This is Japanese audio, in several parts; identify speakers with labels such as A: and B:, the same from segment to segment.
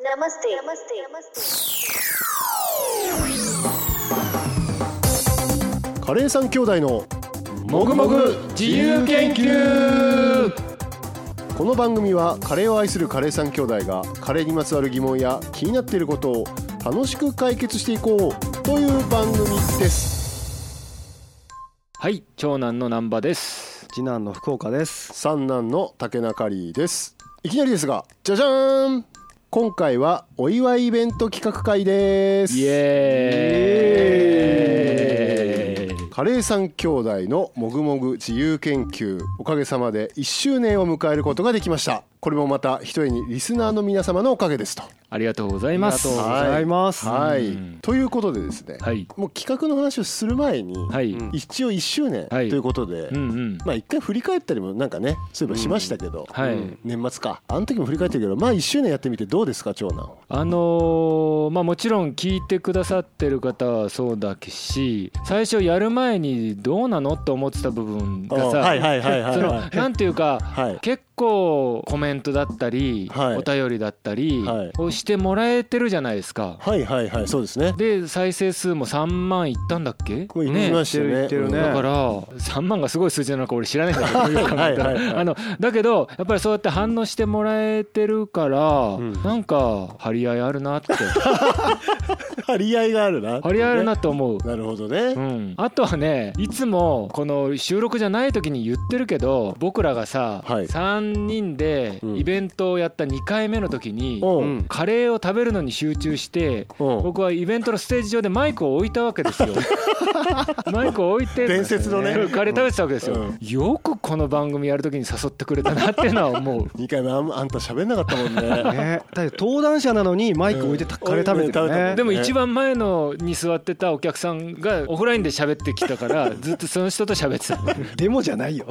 A: नमस्ते नमस्ते नमस्ते
B: カレンさん兄弟の
C: もぐもぐ自由研究
B: この番組はカレーを愛するカレーさん兄弟がカレーにまつわる疑問や気になっていることを楽しく解決していこうという番組です
C: はい長男の難波です
D: 次男の福岡です
B: 三男の竹中里ですいきなりですがじゃじゃーん今回はお祝いイベント企画会です
C: イエーイ
B: カレーさん兄弟のもぐもぐ自由研究おかげさまで1周年を迎えることができましたこれもまた一重にリスナーの皆様のおかげですと
C: ありがとうございます
D: ありがとうございます
B: はい
C: うん
B: ということでですね、
C: はい
B: もう企画の話をする前に、
C: はい、
D: うん
B: 一応1周年と
C: はい
B: いうことで、
C: うんうん
B: まあ一回振り返ったりもなんかねそういえばしましたけど、
C: はい、
D: うん
B: 年末かあの時も振り返ってるけどまあ1周年やってみてどうですか長男
C: あのーまあもちろん聞いてくださってる方はそうだし最初やる前にどうなのって思ってた部分がさ、
B: はいはいはいはい
C: その
B: はい
C: なんていうか
B: はい
C: 結構コメントだったり、
B: はい
C: お便りだったり
B: はい
C: をしてもらえてるじゃないですか。
B: はいはいはいそうですね
C: で再生数も3万いったんだっけ
B: これ行きましたね
D: ね行ってる行ってるね
C: だから3万がすごい数字なのか俺知らないんだ けどよく考
B: は
C: え
B: い
C: た
B: はいはい
C: らあのだけどやっぱりそうやって反応してもらえてるから、
B: うん
C: なんか張り合いあ るなって
B: 張り合いがあるな
C: 張り合いあるなと思う。
B: なるほどね
C: う、ん、あとはねいつもこの収録じゃない時に言ってるけど僕らがさ、
B: はい
C: 3人で
B: うん
C: イベントをやった2回目の時に、
B: おう
D: うん
C: カレーを食べるのに集中して
B: うん
C: 僕はイベントのステージ上でマイクを置いたわけで すよマイクを置いて
B: 伝説のね
C: カレー食べてたわけですよ、
B: うん
C: よくこの番組やるときに誘ってくれたなっていうの は思う
B: 2回目あんあんた喋んなかったもんね
D: ね、だって登壇者なのにマイク置いてたカレー食べてる
B: うん
D: ね
C: でも一番前のに座ってたお客さんがオフラインで喋ってきたからずっとその人と喋ってた
D: でもじゃない よ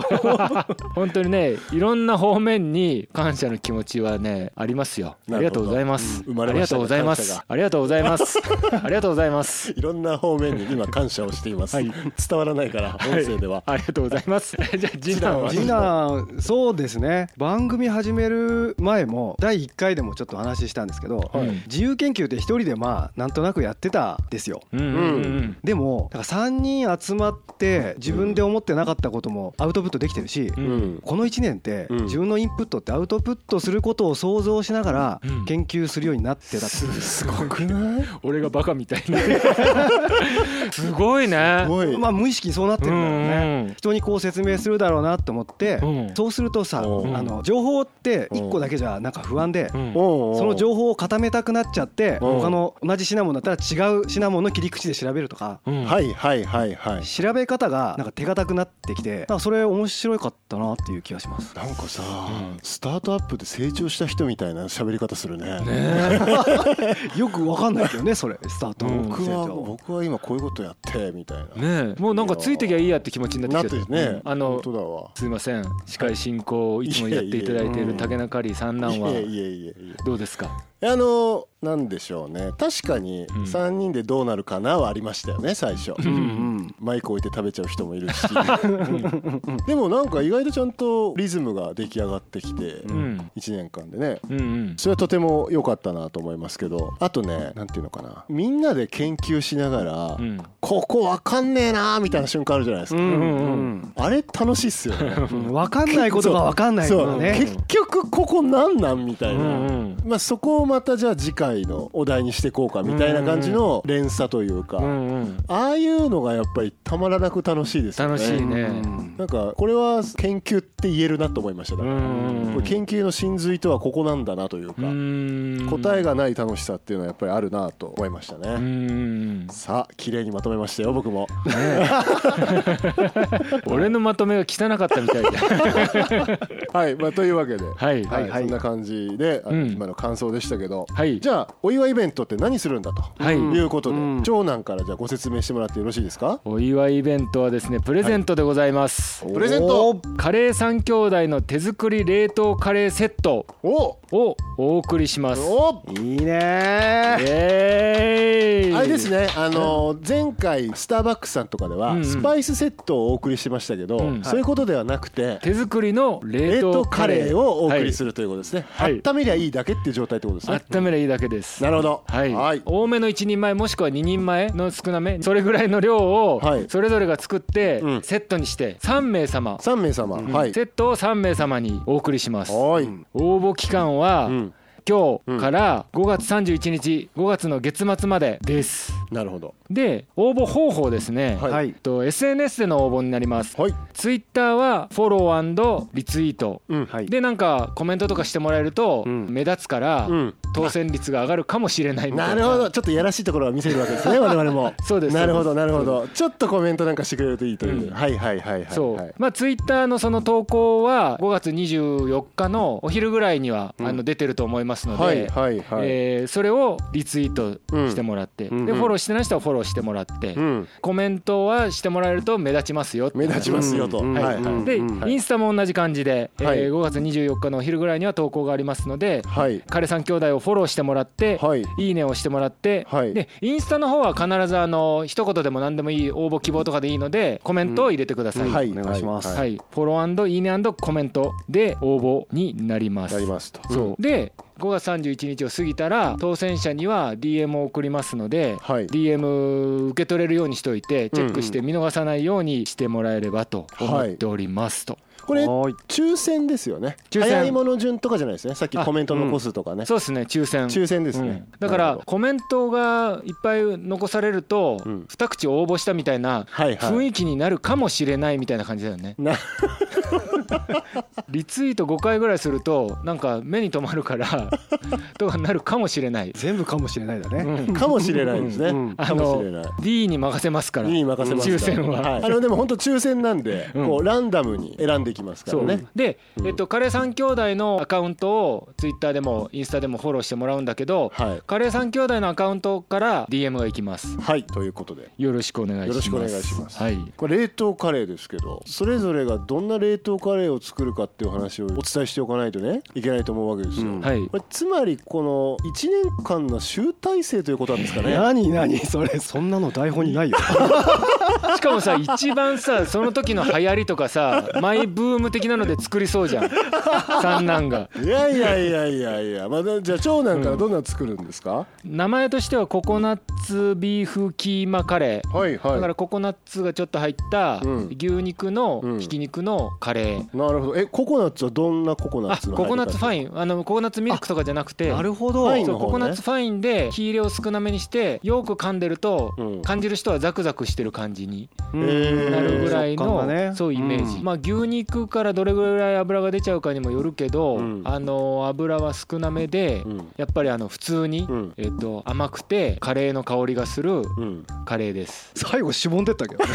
C: 本当にねいろんな方面に感謝の気持ちはねありますよあ
B: な
C: り
B: る
C: が
B: ほ
C: と
B: ど
C: うございます、
B: うん生ま
C: あ
B: れ
C: り
B: ま
C: が
B: した
C: と
B: ね
C: うございま
B: 感謝
C: す
B: が
C: ありがとうございます ありがとうございます
B: いろんな方面に今感謝をしています、伝わらないから音声では、
C: ありがとうございます じゃあ次男は
D: 次男そうですね番組始める前も第1回でもちょっとお話ししたんですけど、
C: い
D: 自由研究って一人でまあなんとなくやってたんですよ
C: うんうんうん
D: でもだから3人集まって自分で思ってなかったこともアウトプットできてるし、
C: う
B: うんん
D: この1年って
B: うん
D: 自分のインプットってアウトプットすることを想像しながら
C: うん
D: 研究するようになってたっていう
B: すごくないす
C: 俺がバカみたいなすごいね
B: ごい、
D: まあ無意識にそうなってるんだろう
C: うんうん
D: ね人にこう説明するだろうなと思って
C: うん
D: そうするとさあ
B: うん
D: の情報って1個だけじゃなんか不安で
C: うん
B: おうおう
D: その情報を固めたくなっちゃって
B: うん
D: 他の同じ品物だったら違う品物の切り口で調べるとか
C: うん
B: はいはいはいはい
D: 調べ方がなんか手堅くなってきてなんかそれ面白かったなっていう気がし ます
B: なんかさ、スタートアップで成長した人みたいな喋り方するね
D: よくわかんないけどねそれスタートの
B: 僕
D: 成
B: は
D: 長
B: 僕は今こういうことやってみたいな、
C: ねえもうなんかついてきゃいいやって気持ちに
B: な
C: な
B: っ
C: って
B: て
C: きちゃった
B: ね、
C: あ
B: 本
C: の
B: 当だわ
C: すいません司会進行をいつもやっていただいてい
D: いえいえ
C: る
D: うん
C: 竹中里三男はい
B: えいえいえい
C: どうですか
B: えあのなんでしょうね確かに
C: ん
B: 3人でどうなるかなはありましたよね最初、
D: うんうん
B: マイク置いて食べちゃう人もいるし でもなんか意外とちゃんとリズムが出来上がってきて
C: う
B: 1
C: ん
B: 年間でね
C: うんうん
B: それはとても良かったなと思いますけどあとねなんていうのかなみんなで研究しながら
C: うん
B: ここわかんねえなーみたいな瞬間あるじゃないです
D: う
B: か
D: ん
C: うん
D: う
C: うん
D: ん
B: あれ楽しいっすよね
D: うん わかんないことがわかんない
B: そ
D: か
B: う
D: らね。
B: 結局ここなんなんみた
C: う
B: い
C: んう
B: なんまあそこをまたじゃあ次回のお題にしていこうかみたいな感じの連鎖という
C: う
B: か
C: んうん
B: ああいうのがやっぱりたまらなく楽しいですよね
C: 楽しいね
D: うん
B: なんかこれは研究って言えるなと思いましただ
C: う
B: から
C: ん
B: これ研究の真髄とはここなんだなというか
C: うん
B: 答えがない楽しさっていうのはやっぱりあるなと思いました
C: う
B: ね
C: んうん
B: さあ綺麗にまとめましたよ僕も
C: 俺のまとめが汚かったみたいで
B: はいまあというわけで
C: はい
B: は
C: はい
D: はい
B: そんな感じであ
C: うん
B: 今の感想でしたけど
C: い
B: じゃあお祝いイベントって何するんだと
C: はい
B: いうことで
D: うん
B: 長男からじゃあご説明してもらってよろしいですか
C: お祝いイベントはですねプレゼントでございます、
B: プレゼント
C: カレー三兄弟の手作り冷凍カレーセット
B: お
C: をお送りします
B: おお
D: いいね
C: えーイ
B: あれですね、あの前回スターバックスさんとかで
C: うんう
B: は
C: ん
B: スパイスセットをお送りしてましたけど、
C: うん
B: そういうことではなくて、
C: 手作りの冷
B: 冷凍
C: 凍
B: カ
C: カレー
B: レーをお送りす
C: る、
B: るということですね、
C: はい
B: 温めりゃいいだけっていう状態ってことです
C: はい
B: ね、
C: 温めればいいだけです
B: なるほど
C: はい、
B: はい
C: 多めの1人前もしくは2人前の少なめそれぐらいの量を
B: はい
C: それぞれが作って
B: うん
C: セットにして3名様、
B: 3名様、はい
C: セットを3名様にお送りします応
B: はい、
C: 募期間は、
B: うん
C: 今日から5月31日5月の月末までです
B: なるほど
C: で応募方法ですね、
B: はい
D: はい
C: えっと SNS での応募になります、
B: はい
C: ツイッターはフォローリツイート
B: うん
D: はい
C: でなんかコメントとかしてもらえると
D: うん
C: 目立つから
B: うん
C: 当選率が上がるかもしれないみた
B: ないるほどちょっとやらしいところは見せるわけです ね我々も
C: そうです
B: なるほ
C: そ
B: どなるほどちょっとコメントなんかしてくれるといいという、
C: うん
B: はいはいはいはいはい
C: そうまあツイッターのその投稿は5月24日のお昼ぐらいにはあの出てると思いますの
B: はい
C: で
B: はいはい、
C: えーそれをリツイートしてもらってで
B: うんうん
C: フォローしてない人はフォローしてもらって
B: うん
C: コメントはしてもらえると目立ちますよって
B: 目立ちますよと、
D: うん
B: はい
D: うん
B: は
C: で、
B: い
C: インスタも同じ感じで、えー
B: はい
C: 5月24日のお昼ぐらいには投稿がありますので、
B: はい
C: 彼さん兄弟をフォローしてもらって、
B: はい
C: い、いねをしてもらって、
B: はい
C: でインスタの方は必ずあの一言でも何でもいい応募希望とかでいいのでコメントを入れてください、
B: はい
C: はい
B: はい
D: お願いします
B: はい
C: フォローいいねコメントで応募になります
B: なりますと
C: そうで5月31日を過ぎたら当選者には DM を送りますので、
B: はい
C: DM 受け取れるようにしておいてチェックして見逃さないようにしてもらえればと思
B: はい
C: っておりますと、
B: これ
D: はーい
B: 抽選ですよね
C: 抽選
B: 早いもの順とかじゃないですねさっき
C: あ
B: コメント残すとかね、
C: そうですね抽選
B: 抽選ですね、
C: うんだから
B: なるほ
C: コメントがいっぱい残されると、
B: うん
C: 二口応募したみたいな
B: はいはい
C: 雰囲気になるかもしれないみたいな感じだよね、
B: どな
C: リツイート5回ぐらいするとなんか目に留まるから とかなるかもしれない、
D: 全部かもしれないだね
B: かもしれないですね、
D: うんうん
C: あ
B: かもしれない
C: の D に任せますから
B: D に任せますから
C: 抽選は、
B: いあのでも本当抽選なんで、
C: うん
B: こうランダムに選んでいきますから
C: そう
B: ね
C: で、
B: うん
C: えっと、カレー三兄弟のアカウントをツイッターでもインスタでもフォローしてもらうんだけど、
B: はい
C: カレー三兄弟のアカウントから DM がいきます
B: はいということで
C: よろしくお願いします
B: よろしくお願いします
C: はい
B: これ冷凍カレーですけどそれぞれがどんな冷凍カレーを作るかっていう話をお伝えしておかないとねいけないと思うわけですよ、
D: うん
C: はい
B: これつまりこの1年間の集大成ということなんですかね
D: 何何それそんなの台本にないよ
C: しかもさ一番さその時の流行りとかさマイブーム的なので作りそうじゃん三男が
B: いやいやいやいやいや、まあ、じゃあ長男からどんなの作るんですか、
C: 名前としてはココナッツビーフキーマカレー
B: はいは
C: だ
B: い
C: からココナッツがちょっと入った
B: うん
C: 牛肉のひき肉のカレー、
B: なるほどえココナッツはどんなココナッ
C: あ
B: ツの
C: ココナッツファ
B: ン
C: インあのココナッツミルクとかじゃなくて
D: なるほ
B: フ
D: ど
B: ァイン
C: そ
B: の
C: う
B: 方ね
C: ココナッツファインで火入れを少なめにしてよく噛んでると、
B: うん
C: 感じる人はザクザクしてる感じに
D: う
B: へー
D: ん
C: なるぐらい
D: 食
C: の、
D: 感がね
C: そうイメージ、
D: うん
C: まあ牛肉からどれぐらい油が出ちゃうかにもよるけど、
B: うん
C: あの油は少なめで、
B: うん
C: やっぱりあの普通に、
B: うん
C: えっと甘くてカレーの香りがす
B: う
C: る
B: ん
C: カレーです。
D: 最後しぼんでったけどね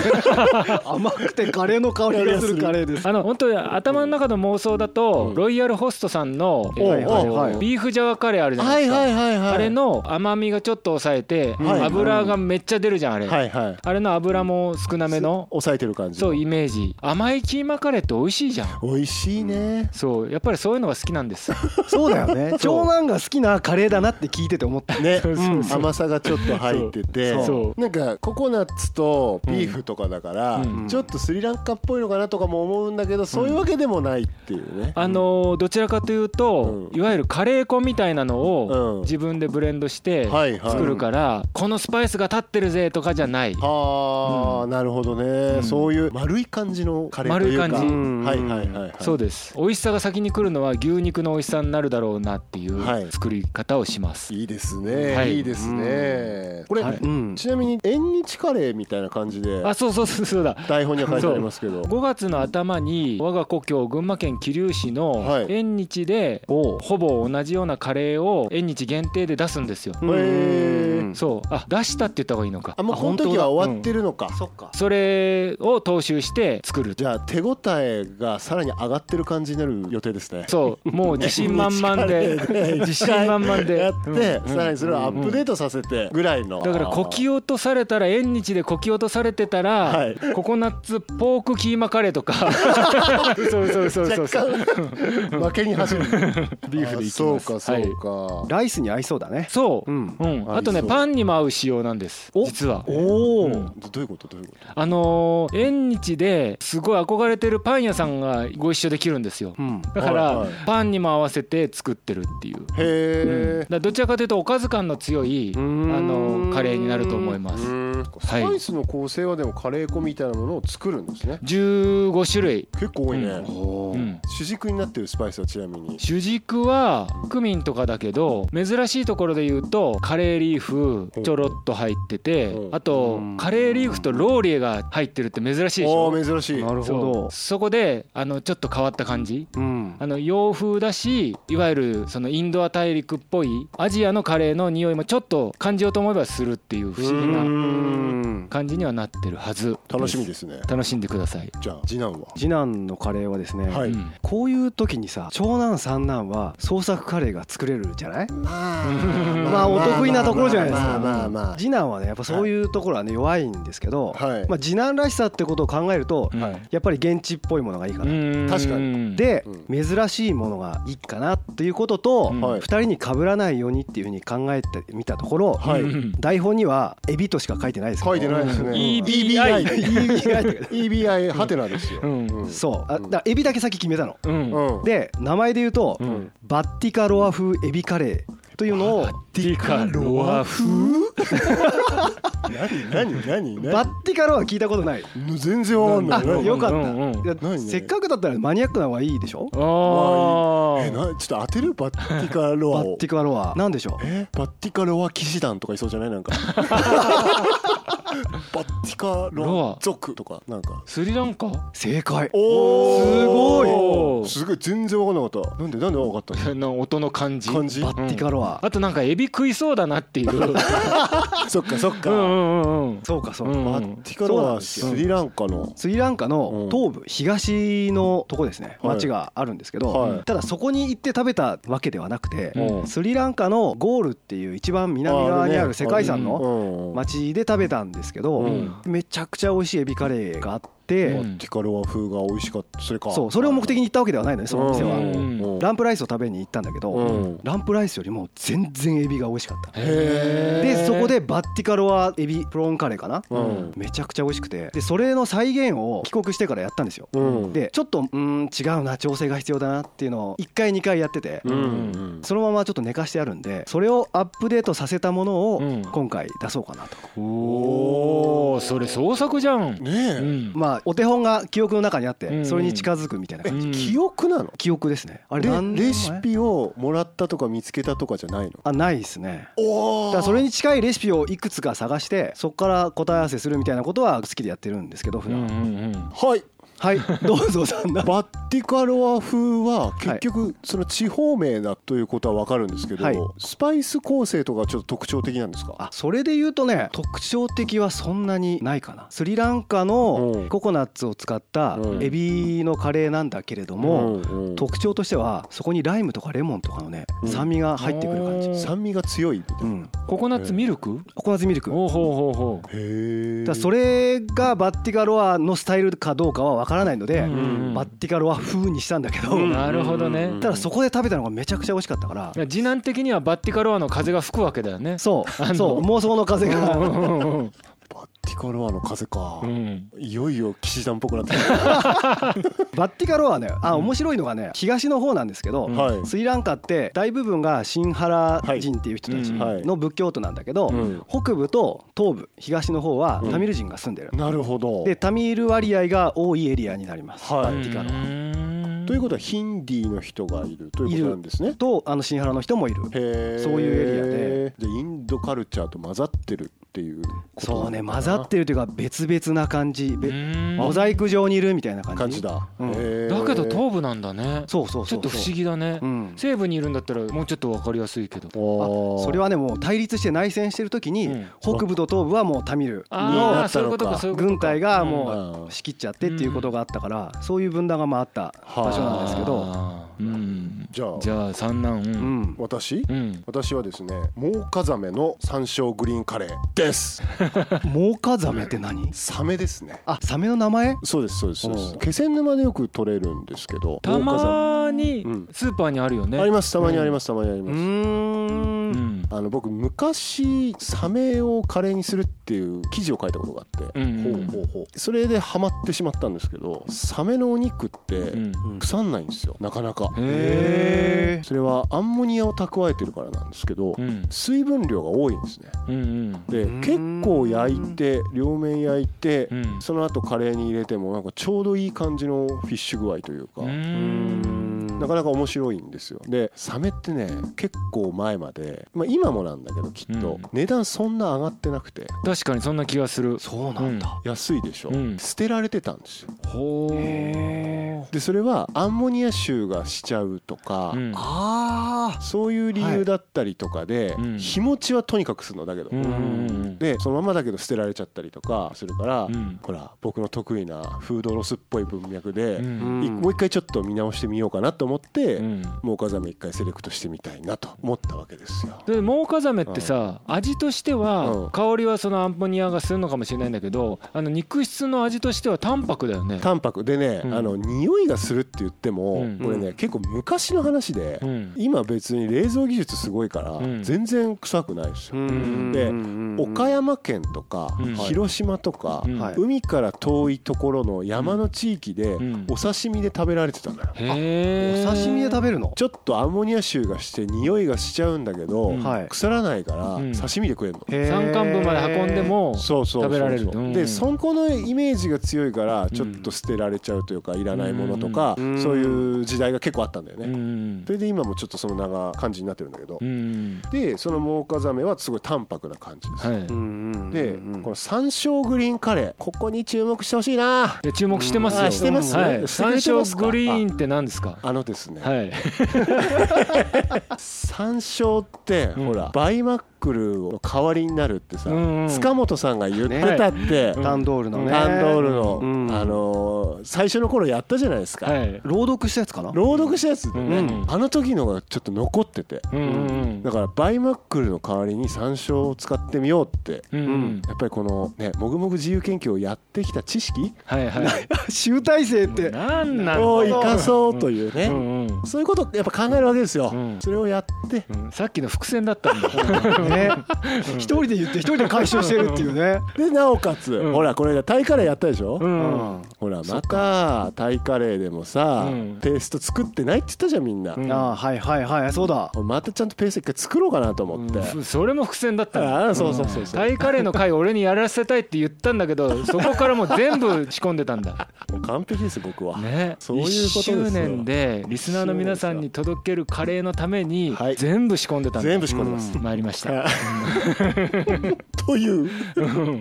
D: 甘くてカレーの香りがするカレーです
C: あの本当に頭の中の妄想だと、
B: うん
C: ロイヤルホストさんの、えっと
B: はいはい
D: はい
C: ビーフジャワカレーあるじゃないですか、
B: はいは
C: あれの甘みがちょっと抑えて、
B: はい
C: 油がめっちゃ出るじゃんあれ、
B: はいはい
C: あれの油も少なめの
B: 抑えてる感じ
C: そうイメージ甘いキーマカレーって美味しいじゃん
B: 美味しいね、
C: そうやっぱりそういうのが好きなんです
D: そうだよね
C: そう
D: 長男が好きなカレーだなって聞いてて思った
B: ね
C: そうそうそう
B: 甘さがちょっと入ってて
D: そう
C: そう
B: なんかココナッツとビーフとかだから、
C: うん
B: ちょっとスリランカっぽいのかなとかも思うんだけど、そういうわけでもないっていうね、
C: あのーどちらかというと、
B: うん
C: いわゆるカレー粉みたいなの
B: うん
C: を自分でブレンドして
B: はいはい
C: 作るから、このスパイスが立ってるぜとかじゃない
B: はあ、なるほどね、
C: ん
B: そういう丸い感じのカレーというか
C: 丸い感じ
B: うんはいはいはいはい
C: そうです美味しさが先に来るのは牛肉の美味しさになるだろうなっていう
B: はい
C: 作り方をします、
B: いいですね、、
C: はいい
B: いですねこれ、
C: はい
D: うん
B: ちなみに縁日カレーみたいな感じで
C: あそうそうそうそうだ
B: 台本には書いてありますけど
C: 5月の頭に我が故郷群馬県桐生市
B: は
C: の
B: い
C: 縁日でほぼ同じようなカレーを縁日限定で出すんですよ、
B: へえ
D: うん
C: そうあ出したって言った方がいいのか
B: あもう
D: あ
B: この時
D: 本当
B: は
D: だ
B: 終わってるのか、
D: そっか
C: それを踏襲して作る
B: じゃあ手応えがさらに上がってる感じになる予定ですね
C: そ うもう自信満々で自信満々で
B: やって、
C: うん
B: さらにそれをアップデートさせてぐらいの、
C: だからこき落とされたら縁日でこき落とされてたら、
B: はい
C: ココナッツポークキーマカレーとかそうそうそうそうそう
B: 若干負けに走る
C: ビーフでいきます
B: そうかそうか、
D: ライスに合いそうだね
C: そう、う
D: うんん
C: あと
B: 合い
C: ね
B: そう
C: パンにも合う仕様なんです実は
D: おお、
C: うん
B: どどういうことどういうこと
C: あのー縁日ですごい憧れてるパン屋さんがご一緒できるんですよ
D: うん
C: だから、
B: はいはい
C: パンにも合わせて作ってるっていう、うんだ
B: へ
C: からどちらかというとおかず感の強い、
D: う
C: あ
D: ーん
C: のカレーになると思い
B: え、
C: ま
B: う
C: す
B: んスパイスの構成はでもカレー粉みたいなものを作るんですね
C: 15種類、
B: 結構多いね、
C: うん
D: おー
C: うん
B: 主軸になってるスパイスはちなみに
C: 主軸はクミンとかだけど珍しいところで言うとカレーリーフちょろっと入ってて
B: うん
C: あと
D: うん
C: カレーリーフとローリエが入ってるって珍しいでし
B: あ
C: ょ
B: あ珍しい
D: なるほ
C: そ
D: ど
C: うそこであのちょっと変わった感じ
D: うん
C: あの洋風だしいわゆるそのインドア大陸っぽいアジアのカレーの匂いもちょっと感じようと思えばするっていう不思議
B: う
C: なん感じにはなってるはず
B: 楽しみですね
C: 楽しんでください、
B: じゃあ次男は
D: 次男のカレーはですね、
B: はい
C: うん
D: こういう時にさ長男三男は創作カレーが作れるじゃない
B: まあ
D: まあお得意なところじゃないですか
B: まあまあまあ
D: 次男はねやっぱそういうところはね弱いんですけど、
B: はい
D: まあ、次男らしさってことを考えると、
C: はい
D: やっぱり現地っぽいものがいいかな、
C: うん
B: 確か
D: で、
B: う
D: 珍しいものがいいかなっていうことと、
C: うん
D: 二
B: はい
D: 人に被らないようにっていうふうに考えてみたところ、
B: は
C: う
B: い
C: ん
D: 台本にはエビとしか書いてないですけ
B: 書
D: ど
B: い てないですね
C: EBI
B: EBI EBI ハテナですよ
C: うん
B: うん
D: そうあだからエビだけ先決めたの、
C: うん
B: うん
D: で名前で言うと、
C: うん
D: バッティカロア風エビカレーというのを
C: ディカロア風
B: 何何何
D: バ
B: 何
D: ッティカロア聞いたことない
B: 全然わかんない
D: あよかった、
C: うんうん
D: いや
B: 何
D: せっかくだったらマニアックな方がいいでしょ
C: あ
B: え
C: ー
B: なちょっと当てるバッティカロア
D: バ
B: を
D: ッティカロアなんでしょう
B: えバッティカロア騎士団とかいそうじゃないなんかバッティカロア族とかなんか
C: スリラン カ
D: 正解
B: お
C: すご
B: ー
C: い
B: すごい全然わかんなかったなんでなんでわかったの
C: の音の感じ
B: 感じ
D: バッティカロア、
C: あとなんかエビ食いそうだなっていううん
B: そっかそっ
C: う
B: か
C: んうんうん
D: そうかそう
C: う
D: か、
C: ん
B: バッティカロアはスリランカの
D: スリランカの東部東のとこですね
B: はい
D: 町があるんですけ
B: はい
D: どただそこに行って食べたわけではなくて
C: うん
D: スリランカのゴールっていう一番南側にある世界遺産
B: う
D: の
B: んバッ
D: 町で食べたんですけど
B: うん
D: めちゃくちゃ美味しいエビカレーがあっ
C: う
D: て
C: ん
B: ティカロア風が美味しかったそれか
D: そうそれを目的に行ったわけではないのねそのお店
C: うん
D: は
B: うん
D: ランプライスを食べに行ったんだけ
B: う
D: ど
B: ん
D: ランプライスよりも全然エビが美味しかった
B: へ
D: でそこでバッティカロアエビプロンカレーかな
B: うん
D: めちゃくちゃ美味しくてでそれの再現を帰国してからやったんですよ
B: うん
D: でちょっとうーん違うな調整が必要だなっていうのを1回2回やってて、
B: うんうん
D: そのままちょっと寝かしてあるんでそれをアップデートさせたもの
C: うん
D: を今回出そうかなと、
C: おおそれ創作じゃんう
B: ね
C: ん
D: まあお手本が記憶の中にあっ
C: うんうん
D: てそれに近づくみたいな
C: う
D: 感じ、
B: え
C: ん
B: 記憶なの
D: 記憶ですねあれ何
B: で
D: 年前
B: レシピをもらったとか見つけたとかじゃないの
D: あないですね
B: おお
D: だからそれに近いレシピをいくつか探してそこから答え合わせするみたいなことは好きでやってるんですけど普
C: うんう
D: 段、
C: んうん
B: はい
D: はいどうぞさんだ
B: バッティカロア風は結局その地方名だということは分かるんですけど、
D: はい
B: スパイス構成とかちょっと特徴的なんですか
D: あそれで言うとね特徴的はそんなにないかなスリランカ
B: う
D: の
B: ん
D: ココナッツを使った
B: うん
D: エビのカレーなんだけれども、
B: うんうん
D: 特徴としてはそこにライムとかレモンとかのね
B: うん
D: 酸味が入ってくる感じ、
C: おー
B: 酸味が強いみたいな、
D: うん、
C: ココナッツミルク
D: ココナッツミルクだか
C: おーほうほうほう
B: へえ
D: らそれがバッティカロアのスタイルかどうかはわからないので、
C: うんうん
D: バッティカロア風にしたんだけど、
B: うん
C: なるほどね
B: うん
D: ただそこで食べたのがめちゃくちゃ美味しかったから、
C: 次男的にはバッティカロアの風が吹くわけだよね
D: そうそう妄想の風が、
C: うんうん
B: バッティカロアの風か、
C: うんうん
B: いよいよ騎士団っぽくなってき た
D: バッティカロアはねあ面白いのがね東の方なんですけど、
C: うん
B: はい
D: スリランカって大部分がシンハラ人っていう人たち
C: はい
B: うん
D: の仏教徒なんだけど、
B: うん
D: 北部と東部東の方は
B: うん
D: タミル人が住んでる、
B: なるほど
D: でタミル割合が多いエリアになります、
B: はい
D: バッティカロア
C: うん
B: ということはヒンディーの人がいるということなんですね
D: とあのシンハラの人もいる
B: へえ
D: そういうエ
B: で
D: リア
B: インドカルチャーと混ざってるっていうこと
D: そう
B: な
D: ね
B: のか
D: 混
B: な
D: ざってるというか別々な感じべ
C: うん
D: モザイク状にいるみたいな感じ
B: 感じだ、
D: うん
B: へー
C: だけど東部なんだね
D: そうそう
C: ち
D: そ
C: ょっ
D: う
C: と不思議だね
D: うん
C: 西部にいるんだったらもうちょっと分かりやすいけど
D: あ
B: おー
D: それはねもう対立して内戦してる時に、
C: うん
D: 北部と東部はもうタミル
C: あ
B: な
C: あ
B: ったのか
C: そういうことかそういうことか
D: 軍隊が
B: う
D: もう仕切っちゃってっていうことがあったからそういう分断が回った場所なんですけど
C: あーうん
B: じゃあ
C: じゃあ三男う、
D: うんん
B: 私
C: うん、
B: 私はですねモウカザメの山椒グリーンカレーです
D: モウカザメって何
B: サメですね
D: あサメの名前
B: そうですそうですそうで
D: う
B: す
D: ん
B: 気仙沼でよく取れるんですけど
C: た
B: モウカザ
C: まに
B: うん
C: スーパーにあるよね、
B: メありますたまにありますたまにあり
D: う
B: ます、
D: ー
C: うんん
B: あの僕昔サメをカレーにするっていう記事を書いたことがあって、
C: うんうん
B: ほうほうほうそれでハマってしまったんですけどサメのお肉っ
C: う
B: て
C: ん
B: 腐んないんですよなかなか
C: へえ
B: それはアンモニアを蓄えてるからなんですけど
C: うん
B: 水分量が多いんですね
C: うんうん
B: で
D: うん
B: 結構焼いて両面焼いて
C: うん
B: その後カレーに入れてもなんかちょうどいい感じのフィッシュ具合というか
C: う
D: うんん
B: なかなか面白いんですよでサメってね結構前まで、まあ、今もなんだけどきっと
C: うん
B: 値段そんな上がってなくて
C: 確かにそんな気がする
D: そうなんだ、
B: 安いでしょ、
C: うん
B: 捨てられてたんですよ
C: ほ
D: へ
B: でそれはアンモニア臭がしちゃうとか、
C: うん
D: あ
B: そういう理由だったりとかで、
C: うん
B: 日持ちはとにかくするのだけど、
C: うんうんうん
B: でそのままだけど捨てられちゃったりとかするから、
C: うん
B: ほら僕の得意なフードロスっぽい文脈で、
C: う
D: ー、
C: ん
B: いもう一回ちょっと見直してみようかなと思って、
C: うん
B: モウカザメ一回セレクトしてみたいなと思ったわけですよ。
C: でモウカザメってさ味として
B: うん
C: は香りはそのアンポニアがするのかもしれないんだけどあの肉質の味としては淡白だよね
B: 淡白でね、
C: うん
B: あの匂いがするって言っても、
C: うん
B: これね結構昔の話で、
C: うん
B: 今別に冷蔵技術すごいから、
C: うん
B: 全然臭くないですよ。
D: ん
B: で
D: うん
B: 岡山県とか、
C: うん
B: 広島とか、
C: うん
D: はい
B: 海から遠いところの山の地域で、
C: うん
B: お刺身で食べられてたのよ。
C: へえ
D: お刺身で食べるの
B: ちょっとアンモニア臭がして匂いがしちゃうんだけど、
C: うん
D: はい
B: 腐らないから
C: うん
B: 刺身で食えるの、
D: へー
C: 山間部まで運んでも
B: そうそうそうそう
C: 食べられるとうん
B: でそこのイメージが強いからちょっと捨てられちゃうというかいらないものとか、
D: うん
B: そういう時代が結構あったんだよね、
C: うん
B: それで今もちょっとその名が感じになってるんだけど、
C: うん
B: でそのモウカザメはすごい淡白な感じです、
C: はい
D: うんうん
B: で、
D: うんうん
B: この山椒グリーンカレーここに注目してほしいない
C: や注目してます
B: うん
C: よ
B: あしてます
C: はい
B: してく
C: 山
B: れてます
C: 椒
B: か
C: グリーンって何ですか
B: あのですね、
C: はい
B: 山椒って、
C: うん
B: ほらバイマックルの代わりになるってさ、
C: うんうん
B: 塚本さんが言ってたって、
D: タンドールのね
B: タンドールの、
D: うん
B: あのー最初の頃やったじゃないですか、
C: はい
D: 朗読したやつかな
B: 朗読したやつ、
C: うん
B: うんあの時のがちょっと残ってて、
C: うんうん
B: だからバイマックルの代わりに山椒を使ってみようって
C: うんうん
B: やっぱりこのねもぐもぐ自由研究をやってきた知識
C: はいはい
D: 集大成って
C: 何なんだ
B: を生かそうというね、
C: うんうん
B: そういうことをやっぱ考えるわけですよ、
C: うん
B: それをやって
C: うんさっきの伏線だったんだ
D: ね一人で言って一人で回収してるっていうね
B: でなおかつ、
C: うん
B: ほらこれタイカレーやったでしょ、
C: うん
B: ほらまたタイカレーでもさ、
C: うん
B: ペースト作ってないって言ったじゃんみんな、
C: うん
D: ああはいはいはいそうだ
B: またちゃんとペースト一回作ろうかなと思って、
C: ふそれも伏線だったの
B: ああそうそうそうそう
C: タイカレーの回俺にやらせたいって言ったんだけ どそこからもう全部仕込んでたんだ
B: もう完璧です僕は、
C: ね
B: そういうことですよ
C: 1周年でリスナーの皆さんに届けるカレーのために
B: はい
C: 全部仕込んでたんだ
B: 全部仕込んでます、
C: 参りまし た
B: あと いう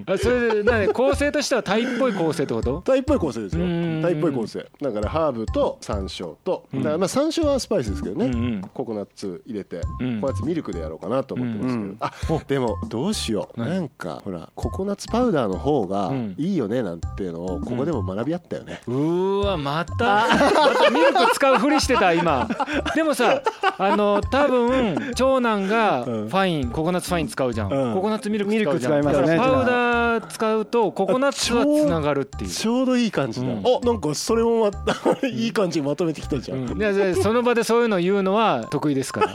C: あそれでなんで構成としてはタイっぽい構成ってこと
B: タイっぽい構成ですよ
C: うん
B: タイっぽい構成だからハーブと山椒と、
C: うん
B: だからまあ山椒はスパイスですけどね、
C: うんうん
B: ココナッツ入れて、
C: うん
B: ココナッツミルクでやろうかなと思ってますけど、
D: うんうん
B: あでもどうしよう
C: 何
B: なんかほらココナッツパウダーの方が
C: うん
B: いいよねなんていうのをここでも学び合ったよね、
C: うーわまたまたミルク使うふりしてた今でもさあの多分長男がフ
B: うん
C: ァイン、ココナッツファイン使うじゃん、
B: うん
C: ココナッツミルク
D: ミル
C: 使う
D: ク
C: じゃ
D: 使
C: ん
D: いますね
C: だからパウダー使うとココナッツはつながるっていう
B: ちょうどいい感じだ、
C: うん
B: おなんかそれもまた いい感じにまとめてきたじゃん、
C: うんででその場でそういうの言うのは得意ですから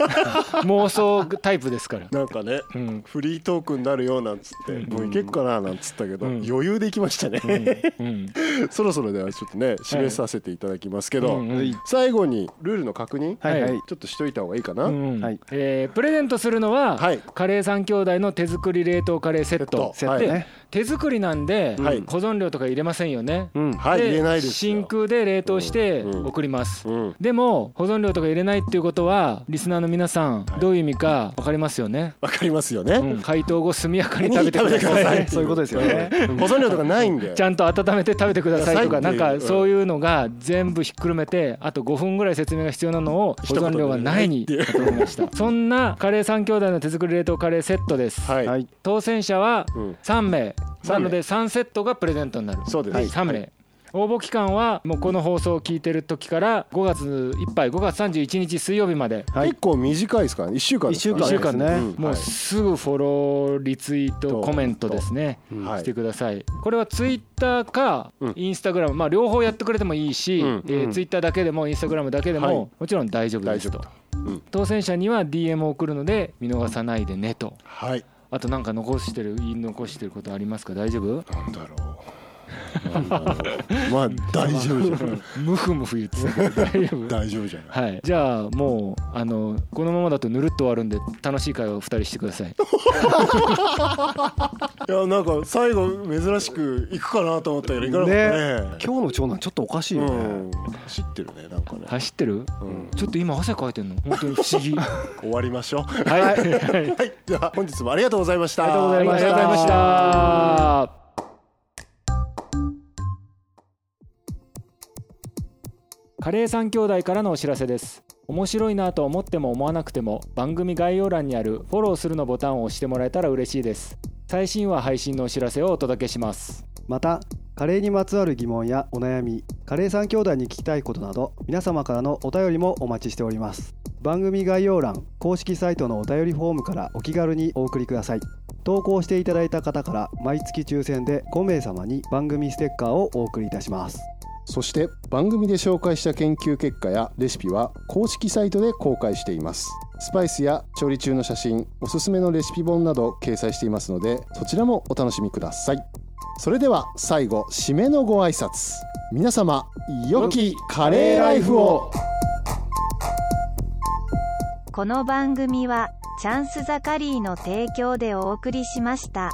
C: 妄想タイプですから、
B: なんかね
C: うん
B: フリートークになるよなんつって、もういけっかななんつったけど、
C: うん
B: 余裕でいきましたね、
C: うん
B: そろそろではちょっとね締めさせていただきますけど、
C: うんうん
B: 最後にルールの確認、
D: はいはい
B: ちょっとしといた方がいいかな、
C: うん
D: はい
C: えープレゼントするのは、
B: はい
C: カレー三兄弟の手作り冷凍カレーセット
D: セット
B: は
D: ね
C: 手作りなんで、
B: はい
C: 保存料とか入れませんよね、
D: うん
B: はい
C: で
B: 入れないですよ
C: 真空で冷凍して
B: うんうん
C: 送ります、
B: うん
C: でも保存料とか入れないっていうことはリスナーの皆さん
B: はい
C: どういう意味か分かりますよね、
B: わかりますよね、
C: うん解凍後速やかに食べてく
B: 食
C: だ
B: べてくだ
C: さ
B: さ
C: い
B: い
D: そういうことですよね
B: 保存料とかない んで
C: ちゃんと温めて食べてくださいとか
B: くだ
C: な
B: さいっ
C: ん
B: ていう
C: かそういうのが全部ひっくるめてあと5分ぐらい説明が必要なのを
B: 一
C: 保
B: 言で
C: 存量がないにまとめましたそんなカレー三兄弟の手作り冷凍カレーセットです、
B: はい、
D: はい
C: 当選者は
B: うん
C: 3名
B: 三名
C: なので3セットがプレゼントになる
B: そうです
C: はい3名応募期間はもうこの放送を聞いてる時から5月いっぱい5月31日水曜日まで
D: はい
B: 結構短いですからね1週間ですか
D: 一週間ですね
B: ん
C: も
B: は
C: う
B: い
C: すぐフォローリツイー
B: と
C: トコメントですね
D: うん
B: はい
C: してくださいこれはツイッターか
B: うん
C: インスタグラムまあ両方やってくれてもいいしえ
B: うん
D: うん
C: ーツイッターだけでもインスタグラムだけで
B: はい
C: ももちろん大丈夫ですと
B: 大丈夫とうん
C: 当選者には DM を送るので見逃さないでねと
B: はい
C: あとなんか残してる言い残してることありますか大丈夫
B: なんだろうなんだろうまあ大丈夫じゃない
C: ムフムフ言って たけど大丈夫
B: 大丈夫じゃない
C: はい、じゃあもうあのこのままだとぬるっと終わるんで楽しい会話を2人してくだ さい
B: いやなんか最後珍しく行くかなと思ったけど行かなかったね
D: 今日の長男ちょっとおかしいよ
B: うん
D: ね。
B: 知ってるねなんかね
C: 走ってる
B: うん
C: ちょっと今汗かいてん の本当に不思議は、
B: 終わりましょうはい
C: はい、
B: いじゃあ本日もありがとうございました
D: ありがとうございまし
C: あ
D: た
C: りがとうございましたカレー三兄弟からのお知らせです面白いなと思っても思わなくても番組概要欄にあるフォローするのボタンを押してもらえたら嬉しいです最新話配信のお知らせをお届けします
D: またカレーにまつわる疑問やお悩みカレー三兄弟に聞きたいことなど皆様からのお便りもお待ちしております番組概要欄公式サイトのお便りフォームからお気軽にお送りください投稿していただいた方から毎月抽選で5名様に番組ステッカーをお送りいたします
B: そして番組で紹介した研究結果やレシピは公式サイトで公開していますスパイスや調理中の写真おすすめのレシピ本など掲載していますのでそちらもお楽しみくださいそれでは最後締めのご挨拶皆様良きカレーライフを
A: この番組はチャンスザカリーの提供でお送りしました。